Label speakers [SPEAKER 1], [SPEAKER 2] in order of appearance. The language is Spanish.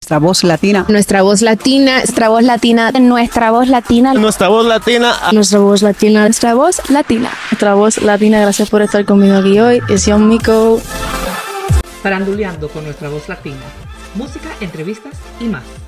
[SPEAKER 1] nuestra voz latina.
[SPEAKER 2] Nuestra voz latina, nuestra voz latina,
[SPEAKER 3] nuestra voz latina,
[SPEAKER 4] nuestra voz latina,
[SPEAKER 5] nuestra voz latina,
[SPEAKER 6] nuestra voz latina,
[SPEAKER 7] nuestra voz latina. Gracias por estar conmigo aquí hoy. Es John Mico.
[SPEAKER 8] Paranduleando con nuestra voz latina. Música, entrevistas y más.